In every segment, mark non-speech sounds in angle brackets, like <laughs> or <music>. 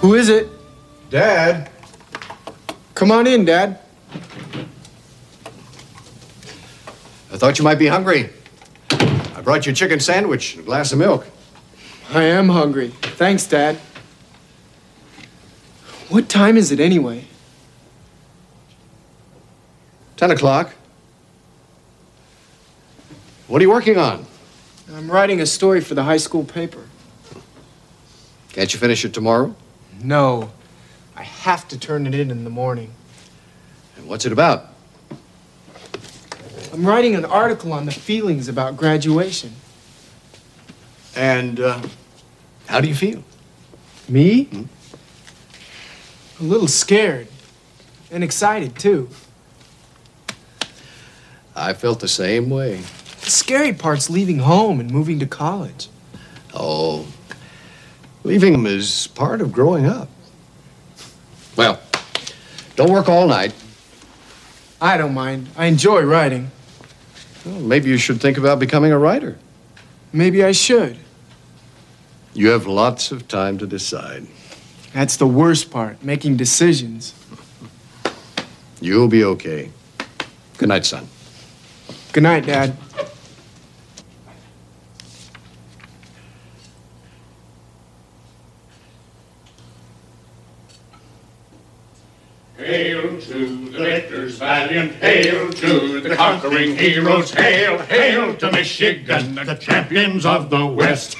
Who is it? Dad? Come on in, Dad. I thought you might be hungry. I brought you a chicken sandwich and a glass of milk. I am hungry. Thanks, Dad. What time is it anyway? 10 o'clock. What are you working on? I'm writing a story for the high school paper. Can't you finish it tomorrow? No, I have to turn it in in the morning. And what's it about? I'm writing an article on the feelings about graduation. And uh, how do you feel? Me? A little scared. And excited, too. I felt the same way. The scary part's leaving home and moving to college. Oh, leaving them is part of growing up. Well, don't work all night. I don't mind. I enjoy writing. Well, maybe you should think about becoming a writer. Maybe I should. You have lots of time to decide. That's the worst part, making decisions. You'll be okay. Good night, son. Good night, Dad. Hail to the victors valiant, hail to the conquering heroes, hail, hail to Michigan, the champions of the West.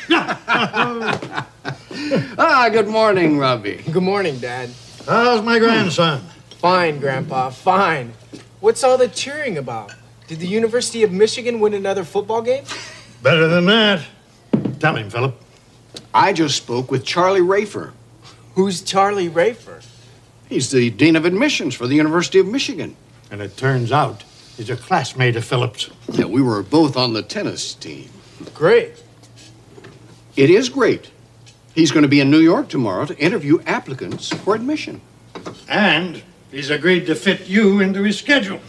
Ah, good morning, Robbie. Good morning, Dad. <laughs> How's my grandson? Fine, Grandpa, fine. What's all the cheering about? Did the University of Michigan win another football game? Better than that. Tell him, Philip. I just spoke with Charlie Rafer. Who's Charlie Rafer? He's the Dean of Admissions for the University of Michigan. And it turns out he's a classmate of Philip's. Yeah, we were both on the tennis team. Great. It is great. He's going to be in New York tomorrow to interview applicants for admission. And he's agreed to fit you into his schedule.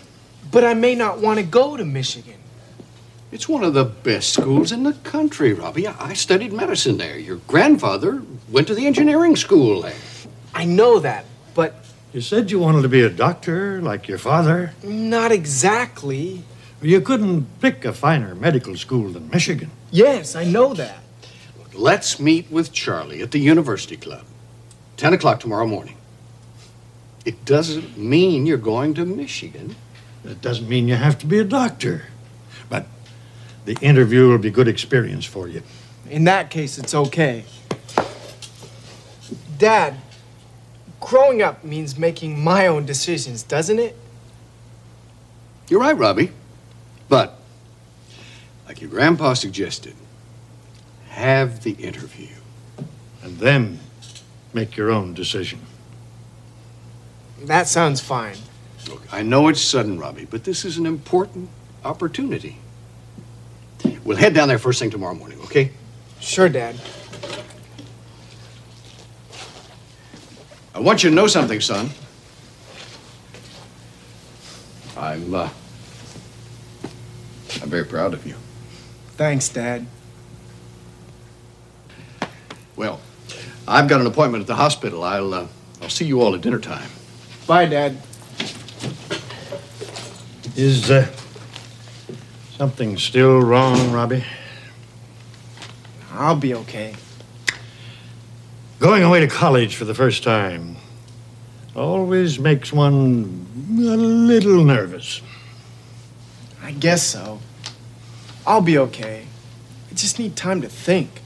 But I may not want to go to Michigan. It's one of the best schools in the country, Robbie. I I studied medicine there. Your grandfather went to the engineering school there. I know that, but You said you wanted to be a doctor like your father. not exactly. You couldn't pick a finer medical school than Michigan. Yes, I know that. Let's meet with Charlie at the University Club. 10 o'clock tomorrow morning. It doesn't mean you're going to Michigan. That doesn't mean you have to be a doctor. But the interview will be good experience for you. In that case, it's okay. Dad, growing up means making my own decisions, doesn't it? You're right, Robbie. But, like your grandpa suggested, have the interview. And then make your own decision. That sounds fine. Look, I know it's sudden, Robbie, but this is an important opportunity. We'll head down there first thing tomorrow morning, okay? Sure, Dad. I want you to know something, son. I'm, uh, I'm very proud of you. Thanks, Dad. Well, I've got an appointment at the hospital. I'll, uh, I'll see you all at dinner time. Bye, Dad. Is uh, something still wrong, Robbie? I'll be okay. Going away to college for the first time always makes one a little nervous. I guess so. I'll be okay. I just need time to think.